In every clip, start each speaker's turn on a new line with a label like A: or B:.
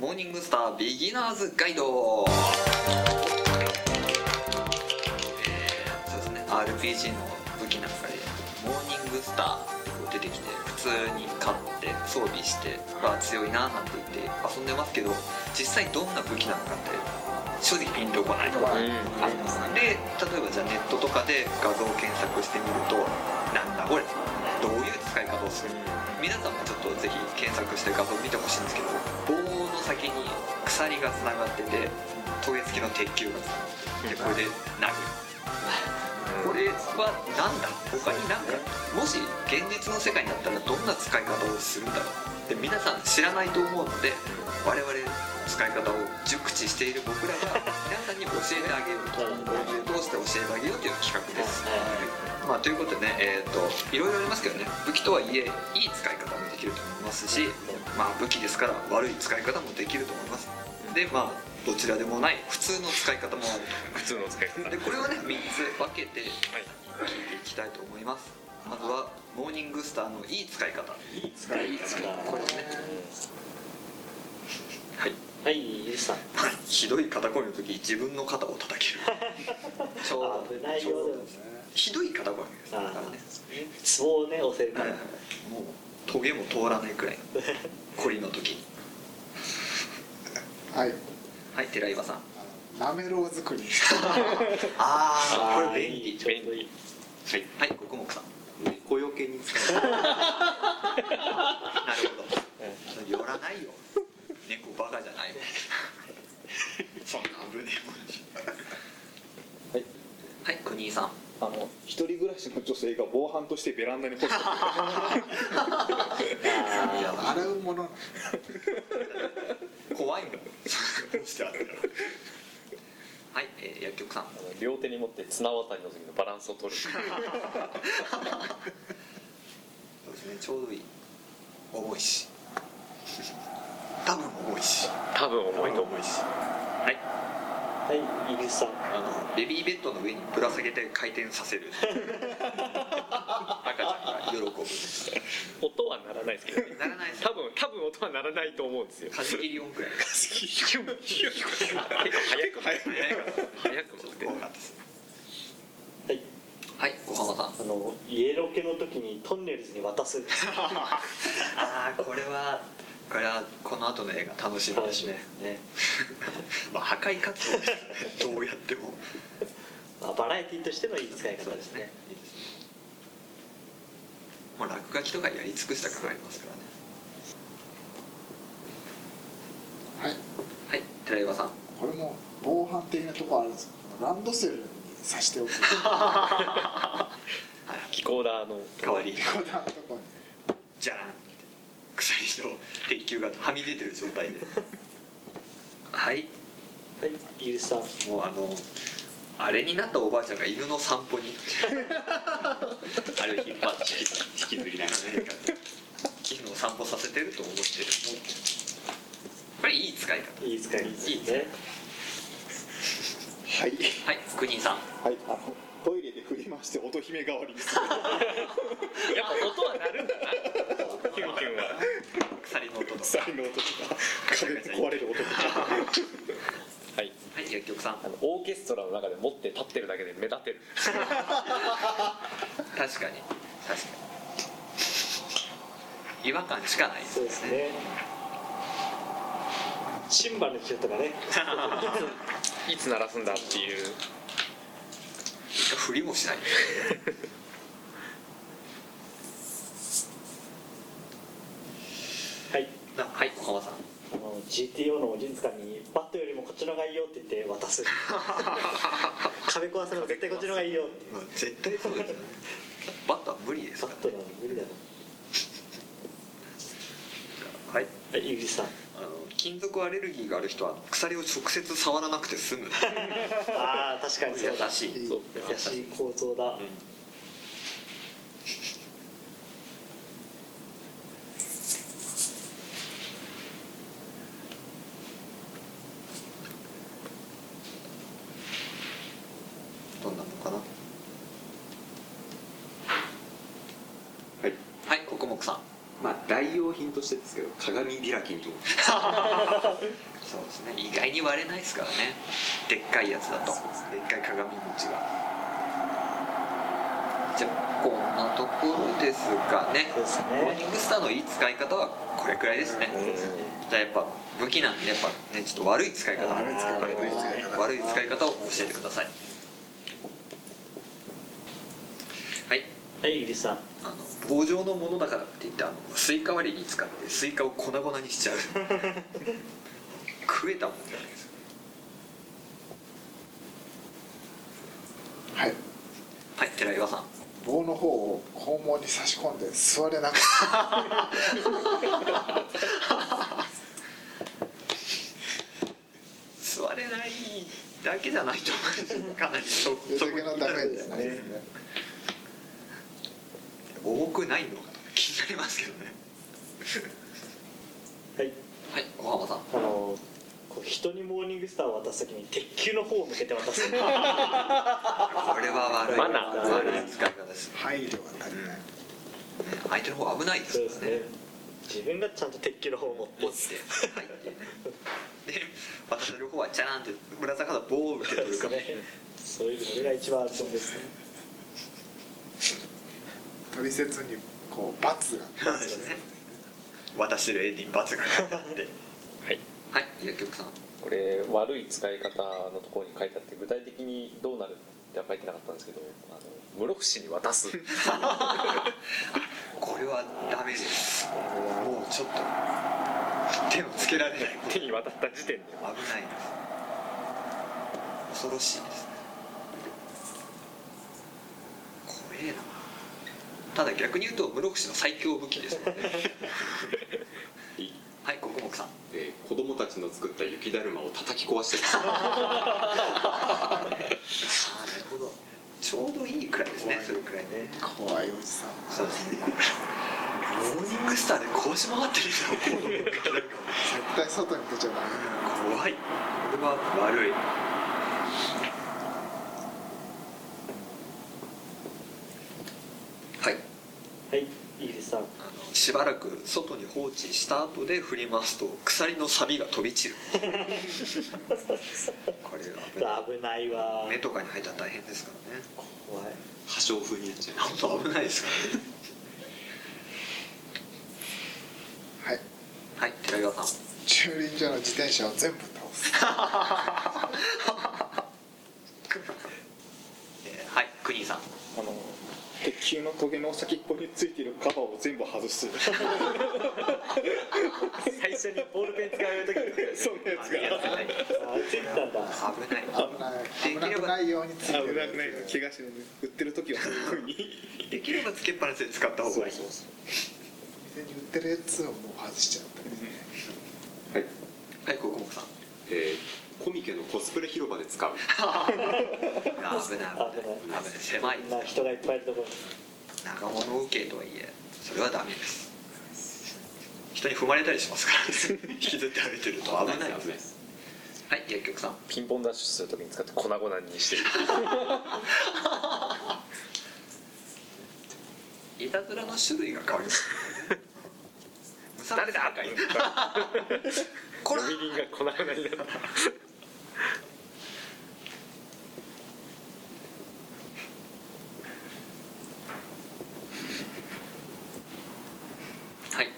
A: モーニングスタービギナーズガイド。えーそうですね。RPG の武器の中でモーニングスターってこう出てきて普通に買って装備してまあ強いなーなんて言って遊んでますけど実際どんな武器なのかって正直ピンとこないところがありますで例えばじゃあネットとかで画像を検索してみるとなんだこれどういう使い方をする皆さんもちょっとぜひ検索して画像を見てほしいんですけど棒の先に鎖がつながっててトゲ付きの鉄球がつながっててこれで殴るこれはなんだ他になんかもし現実の世界になったらどんな使い方をするんだろうで皆さん知らないと思うので我々使い方を熟知している僕らが皆さんに教えてあげよ うと交流を通して教えてあげようという企画です、まあ、ということでねえっ、といろいろありますけどね武器とはいえいい使い方もできると思いますし、まあ、武器ですから悪い使い方もできると思いますでまあどちらでもない普通の使い方もある
B: 普通の使い方
A: とでこれをね3つ分けて聞いていきたいと思いますまずはモーニングスターのいい使い方
C: いつからいいつから
A: これねはい
C: はいゆうさん
A: ひどい肩こりの時自分の肩を叩け るちょう
C: 危ないよでも
A: ひどい肩こりですだからね
C: ツボをね押せるか
A: はい
C: ら
A: はいもうトゲも通らないく らいのこりの時に
D: はい。
A: はい寺岩さん
D: なめろう作り。
A: あ
C: あ
A: こ
C: あ
A: れ
C: い
A: 便利
C: いちょうどいい
A: はいはいここもさん
E: 猫よけに 使う
A: なるほど寄らないよ猫バカじゃないよそんな危ねえもん
F: はい
A: はい国井さん
F: あの一人暮らしの女性が防犯としてベランダに干して る
C: あ
D: 洗うものなの。
A: 怖い もんはい、えー、薬局さん
B: あの両手に持って綱渡りの時のバランスを取る
A: そうですねちょうどいい重いし 多分重いし
B: 多分重いと思うし
A: はい
C: ーはいゆうさ
A: あ
C: ん
A: のベビーベッドの上にぶら下げて回転させる赤ちゃんが喜ぶ
B: 音は鳴らないですけど、ね、
A: ならないです
B: 多分多分音は鳴らないと思うんですよ
A: かじ切り音くらい
B: 結構早く早く
A: 早かっ
B: 早く
A: た
B: 持ってる
A: 怖かったです
C: はい
A: はい小浜さん
C: あの家ロケの時にトンネルズに渡す
A: ああこれはこれはこの後の映画楽しみですねね まあ破壊活動ですねどうやっても
C: まあバラエティとしてのいい使い方
A: そう
C: で
A: ですす
C: ね
A: ねいいですねもう落書きとかやり尽くした感がありますからね
D: はい。
A: はい寺岩さん
D: これも防犯的なとこあるんですけど、ランドセルに刺しておく。
B: 気候だあの
A: 代わり
D: こんなとこに。
A: じゃらん鎖の鉄球がはみ出てる状態ではい
C: はいゆうさん
A: もうあのあれになったおばあちゃんが犬の散 歩にあれを引っ張って
E: 引きずりながら
A: 犬を散歩させてると思ってるこれいい使い方
C: いい使い方
A: いい
C: です
A: ね
C: ね
F: はい
A: はいクニーさん
F: はいあのトイレで振り回して乙姫代わりにする
B: やっぱ音は鳴るんだなキュンキュンは
A: 鎖の音とか
F: 才能とか壁壊れる音とか
B: はい
A: はい薬局さん
B: あのオーケストラの中で持って立ってるだけで目立てる
A: 確かに確かに違和感しかない
C: そうですねシンバルの人とか ね
B: いつ鳴らすんだっていう
A: 一回振りもしない
C: はい
A: なはい小浜さん
C: あの GTO のおじんつかにバットよりもこっちの方がいいよって言って渡 す壁壊すのは絶対こっちの方がいいよって
A: 絶対そうですよねバットは無理です
C: バ
A: か
C: ッ
A: ら
C: トなの無理だな
A: はい
C: はいイギリスさん
A: あの金属アレルギーがある人は鎖を直接触らなくて済む
C: ああ確かにそうだ
A: 優しい
D: い
B: そう
C: 優しい構造だ、
A: どんなのかなはいはいここもくさん
E: まあ代用品としてですけど鏡開きにと
A: そうですね意外に割れないですからねでっかいやつだと
E: でっかい鏡餅が
A: じゃあこんなところですかね
C: そうです
A: モーニ
C: ね
A: ングスターのいい使い方はこれくらいですねじゃあやっぱ武器なんでやっぱねちょっと悪い使い方
C: 悪い使い方
A: 悪い使い方を教えてくださいはい
C: はいイギリスさん
A: あの棒状のものだからって言ってあのスイカ割りに使ってスイカを粉々にしちゃう食えたもんじゃないですよ
D: はい
A: はい寺岩さん
D: 棒の方を肛門に差し込んで座れなくて
A: 座れないだけじゃないと思うんですかなりそ
D: 余計なダメージじゃないですね
A: 重くないのか気になりますけどね
C: はい
A: はい小浜さん
C: あのこう人にモーニングスターを渡すときに鉄球の方を向けて渡 すは
A: これは悪い
B: マナー
A: 悪い使い方です、ね、
D: 配慮が足りない
A: 相手の方危ないです
C: そうで
A: か
C: す
A: らね
C: ね自分がちゃんと鉄球の方を持って
A: 持って入ってねで私の方はチャーンってぶら下がった棒を受け取るかも
C: そうですねそういうそれが一番安全ですね
D: 取説にこう罰が
A: そうですね渡してる絵に罰がかかって
G: はい
A: はい薬局さん
G: これ悪い使い方のところに書いてあって具体的にどうなるっては書いてなかったんですけどあの室伏に渡す
A: これはダメですもうちょっと手をつけられない
G: 手に渡った時点で
A: 危ないです恐ろしいですね怖えなただ逆に言うと室伏の最強武器です もんねはい国木さん
E: えー子供たちの作った雪だるまを叩き壊してる
A: あなるほどちょうどいいくらいですねそれくらいね
D: 怖いおじさん
A: そうですねモーニングスターでこうし回ってるじゃん
D: 絶対外に出ちゃダメ
A: 怖いこれは悪いはい
C: はいイギリスさん
A: あのしばらく外に放置した後で振り回すと鎖のサビが飛び散るこれは危ない
C: 危ないわ
A: 目とかに入ったら大変ですからね
C: 怖い
E: 破傷風になっちゃう
A: 本当危ないですからね
D: は
A: は
D: い
A: い寺岩さん
D: 駐輪場の自転車を全部倒す
A: えーはい国井さん
F: あの鉄球のトゲの先っぽについているカバーを全部外す
C: 最初にボールペン使うとき
F: そんなやつ
A: あいいや
F: が
A: つない
C: あついてたんだ
A: 危ない
D: 危ない危なくないようについ
F: 危
D: てる
F: なくない怪我しないで売ってる時はそういうふうに
A: できればつけっぱなしで使った方がいい
D: 店に売ってるやつをもう外しちゃったりね
E: はい、
A: はい国木さん
E: えーコミケのコスプレ広場で使 う
A: あ危ない危ない危ない狭い
C: こんな人がいっぱいいるところ
A: 長物受けとはいえそれはダメです人に踏まれたりします からね引きずって歩いてると危ない
E: 危
A: です
E: ない
A: ね
E: です
A: はい薬局さん
G: ピンポンダッシュするときに使って粉々にしてる
A: いたずらの種類が変わります誰だこれ
G: みりんが粉々になった
A: はい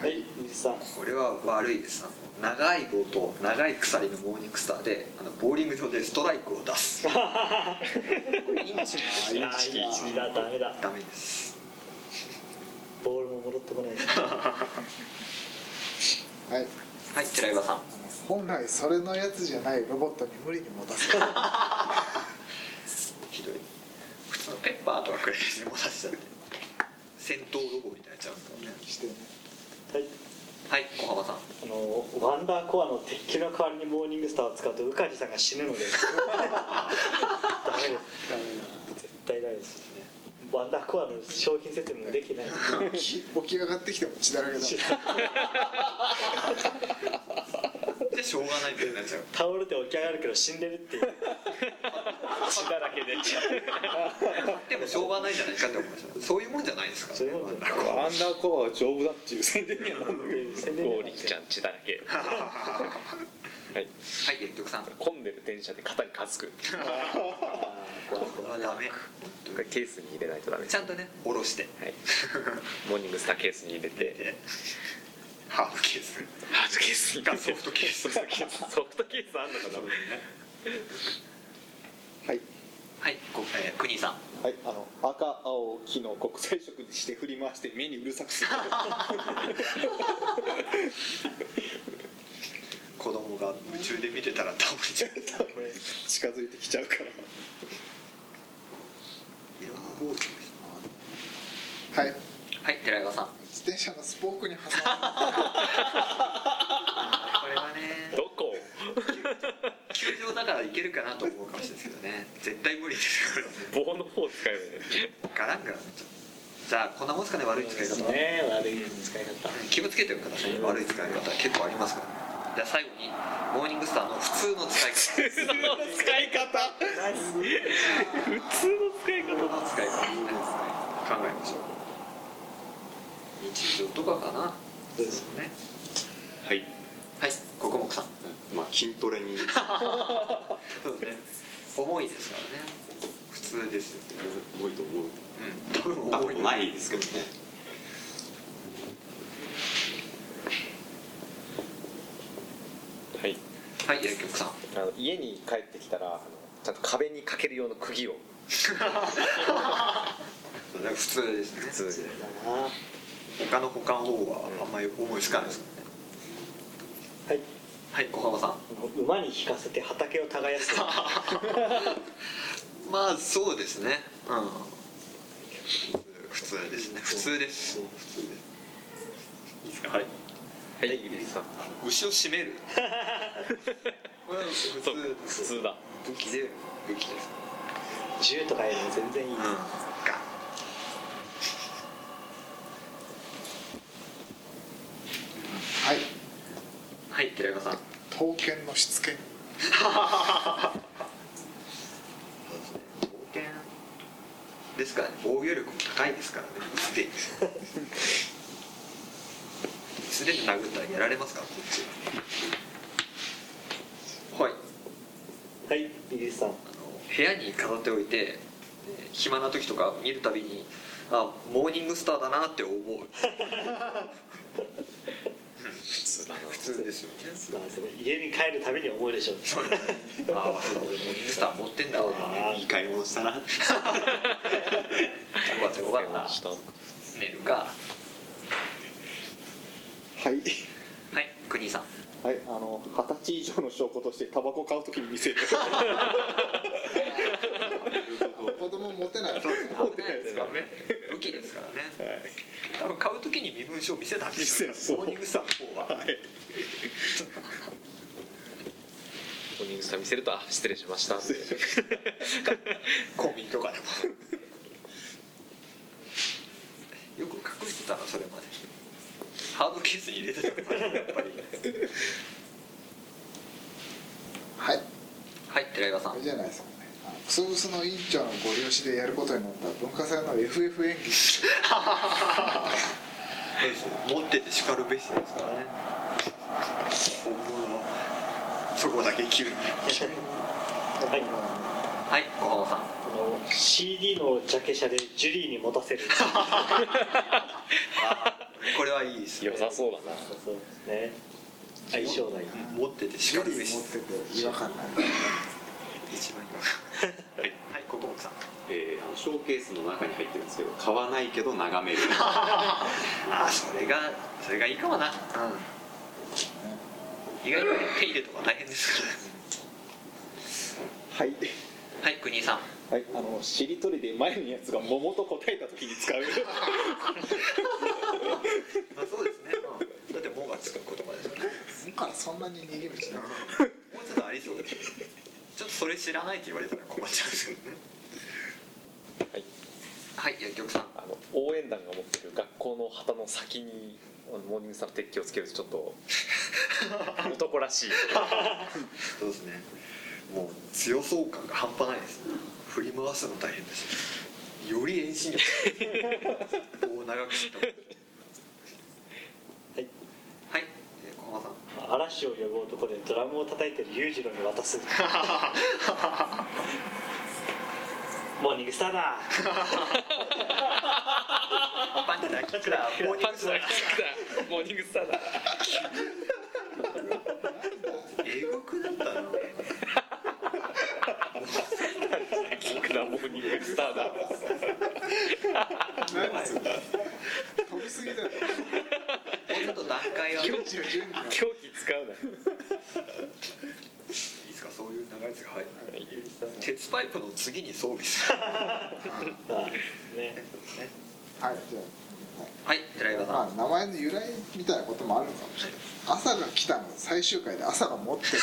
C: はいイギリスさん
A: これは悪いですあの長い棒と長い鎖のモーニングスターであのボーリング場でストライクを出すこれインチキですね
D: あ
C: あいい地味だダメだ
A: ダメです
C: ボールも戻ってこない
D: はい
A: はい寺岩さん
D: 本来それのやつじゃないロボットに無理に持たせる
A: ひどい普通のペッパーとかくらいですねもう出しちゃって戦闘ロボみたいになっちゃうんですもんね
D: してね
C: はい
A: はい小浜さん
C: あのワンダーコアの鉄球の代わりにモーニングスターを使うと宇梶さんが死ぬのでダメです
D: ダメ
C: 絶対ダメですねワンダーコアの商品説明もできてない
D: だな起き上がってきても血だらけだ
A: でしょうがないみたいになっちゃう
C: 倒れて起き上がるけど死んでるっていう
B: 血だらけで
A: でもしょうがないじゃないかって思いましたそういうもんじゃないですか
C: そういうもんじゃ
F: アンダーコアは丈夫だっていう宣伝にはなる
C: 宣伝
G: ゴーリキちゃん血だらけはい
A: はい結局さん
G: 混んでる電車で肩にかつく
A: あダメ
G: これケースに入れないとダメで
A: ち
G: す、
A: ゃんとね下ろして
G: はい、モーニングスターケースに入れて
A: でハーフケース
G: ハードケースに入れて
A: ソフトケース
G: ソフトケースソフトケースあんのかな
F: はい
A: はいこえー国井さん
F: はい、あの赤青黄の国際色にして振り回して目にうるさくする
A: 子供が夢中で見てたら倒れちゃう
F: 近づいてきちゃうから
D: はい
A: はい寺山さんこ
D: 自転車のスポークに挟ま
A: れはね
G: どこ
A: 球場だからいけるかなと思うかもしれないですけどね絶対無理ですから
G: 棒の方使えば
A: ガランガランじゃあこんなもんですかね悪い使い方は
C: ね悪い使い方
A: 気をつけてくださいね悪い使い方結構ありますからじゃあ最後にモーニングスターの普通の使い方
G: 普通の使い方普通の使い
A: 普通
G: 方
A: の使い方ですね考えましょう日常とかかなそうですよね
E: はい
A: はいここもさん
E: まあ筋トレに
A: そうですね重いですからね普通ですよ
E: 多いと思う
A: うん多分
E: 多
A: 重い
E: 分ないですけどね
G: はい
A: はい薬局さん
G: あの家に帰ってきたらあのちゃんと壁にかける用の釘を
A: そうだから普通ですね
G: 普通で
C: だ
A: 他
C: な
A: の保管方法はあんまり思いつかないですもんね
C: はい
A: はい小浜さん
C: 馬に引かせて畑を耕す
A: まあそうですねうん普通ですね普通です普通ですいいですかはい
G: はいイギリスさん
A: 牛を締めるこれは普
G: そう
A: 通
G: 普通だ
A: 武器で武器です
C: 銃とかよりも全然いい
A: うん
C: です
A: か
D: はい
A: はい寺山さん
D: 刀剣のしつけ
A: 冒険ですからね防御力も高いですからねすでにすでに殴ったらやられますからこっちははい
C: はいイギリスさん
A: あの部屋に飾っておいてで暇な時とか見るたびにあモーニングスターだなって思う
G: 普通だな
A: 普通ですよね
C: まあそれ家に帰るたびに思うでしょう
A: ああそうだ俺モーニングスター持ってんだわ
C: あ
E: いい買い物したな
A: よかったよかった
G: 下
A: 寝るか
F: はい
A: はい国井さん
F: はいあの二十歳以上の証拠としてタバコ買うときに見 せる
D: 子供持てない
F: 持ってないですか
A: からね武器ですからね多分買う時に身分証見せたんですよ
F: 見せるそう
A: モーニングスターの方は
F: はい
G: モーニングスター見せるとあ失礼し ましたって
A: コンビニとかでもよく隠してたなそれまでハードケースに入れてたからやっぱり
D: はい
A: はい寺岩さん
D: あれじゃないですかねあのクソブスの委員長のご利用しでやることになった文化祭の FF 演技
A: 持っててしかるべしですからね本物そこだけ切る
C: はい
A: はい小浜さん
C: あの CD のジャケ写でジュリーに持たせるそ
A: これはいいです
G: 良さそうだな
C: うですね相性がいい
A: 持っててし
D: ジ
A: か
D: ュ
A: る
D: リ
A: べ
D: ー
A: し
D: 持ってて違和感ない
A: 一番いいわ はいはいここさん
E: えーあのショーケースの中に入ってるんですけど買わないけど眺める
A: ああそれがそれがいいかもなうん意外とね手入れとか大変ですか
F: はい
A: らはい国井さん
F: はいあのしりとりで前のやつが桃と答えたときに使う
A: まあそうですね、うん、だって「も」がつく言葉ですからね
D: だからそんなに逃げ道な
A: もうちょっとありそうだけどちょっとそれ知らないって言われたら困っちゃうんですけどね
G: はい
A: はい薬局さん
G: あの応援団が持ってる学校の旗の先にモーニングスターの鉄器をつけるとちょっ と男 らしい
A: そうですねもう強そう感が半端ないです振り回すの大変だしより遠心力棒を長くしたはい
C: はい
A: はいえー小浜さん
C: 嵐を呼ぶ男でドラムを叩いてる裕次郎に渡すモーニングスターだ
A: パンチ大吉だ棒に
G: パンチだモーニングスターだ
A: 英語くなったの
G: 僕らモーニングスターだ
D: 何ですか飛びすぎだよ
A: もうちょっと段階がいい
D: 準備準備
G: 狂気使うな
A: ですかそういう長いやつが入る鉄パイプの次に装備する
C: ね
D: はいじゃ
A: はい寺岩
D: あ、
A: さん
D: まあ、名前の由来みたいなこともあるのかもしれない朝が来たの最終回で朝が持ってる最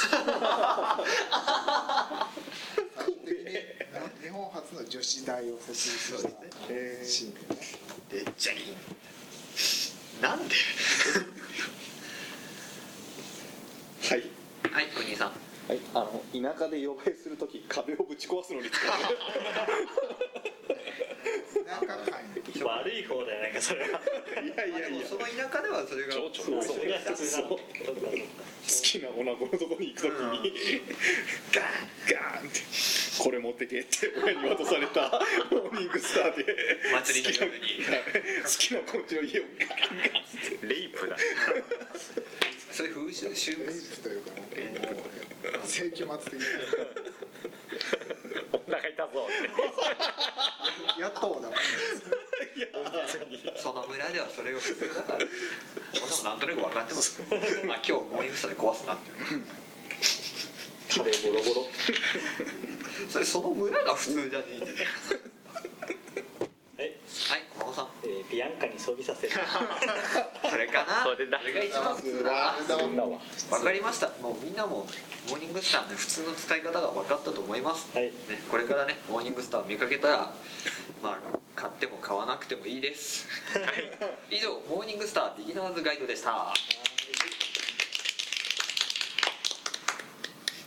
D: 終的に日本初の女子大を設立したシーンでね
A: でジャニーなんで
F: はい
A: はい国井さん
F: はい、あの田舎で呼ばれするとき壁をぶち壊すのに使う
D: 田舎感
C: 悪い方だよなんかそれはい
F: やいやいや
A: でもその田舎ではそれが
G: 情緒が
C: それが普通なの
F: そう好きな女子のとこに行くときに、ガーンガーンって「これ持ってけ」って親に渡されたモーニングスターで
A: 祭りの夜に
F: 好きな子んちの家をガーンガーンって
G: レイプだ
A: それ風習 習
D: レイ
A: 慣
D: プというかなんかもう世紀末的
G: 女がいたぞ
D: な野党だもんね
A: その村ではそれが普通だから私もなんとなく分かってますけどまあ今日モーニングスターで壊すなっていう
C: 壁ボロボロ
A: それその村が普通じゃねえんだよ
C: はい、
A: はい小浜さん
C: えービアンカに装備させる
A: それかな
G: それだ
A: が一番普通だな
D: だもん
G: 女は
A: わかりましたもうみんなもモーニングスターの普通の使い方が分かったと思います、
C: はい
A: ね、これからねモーニングスターを見かけたらまあ買っても買わなくてもいいです、はい、以上モーニングスタービギナーズガイドでした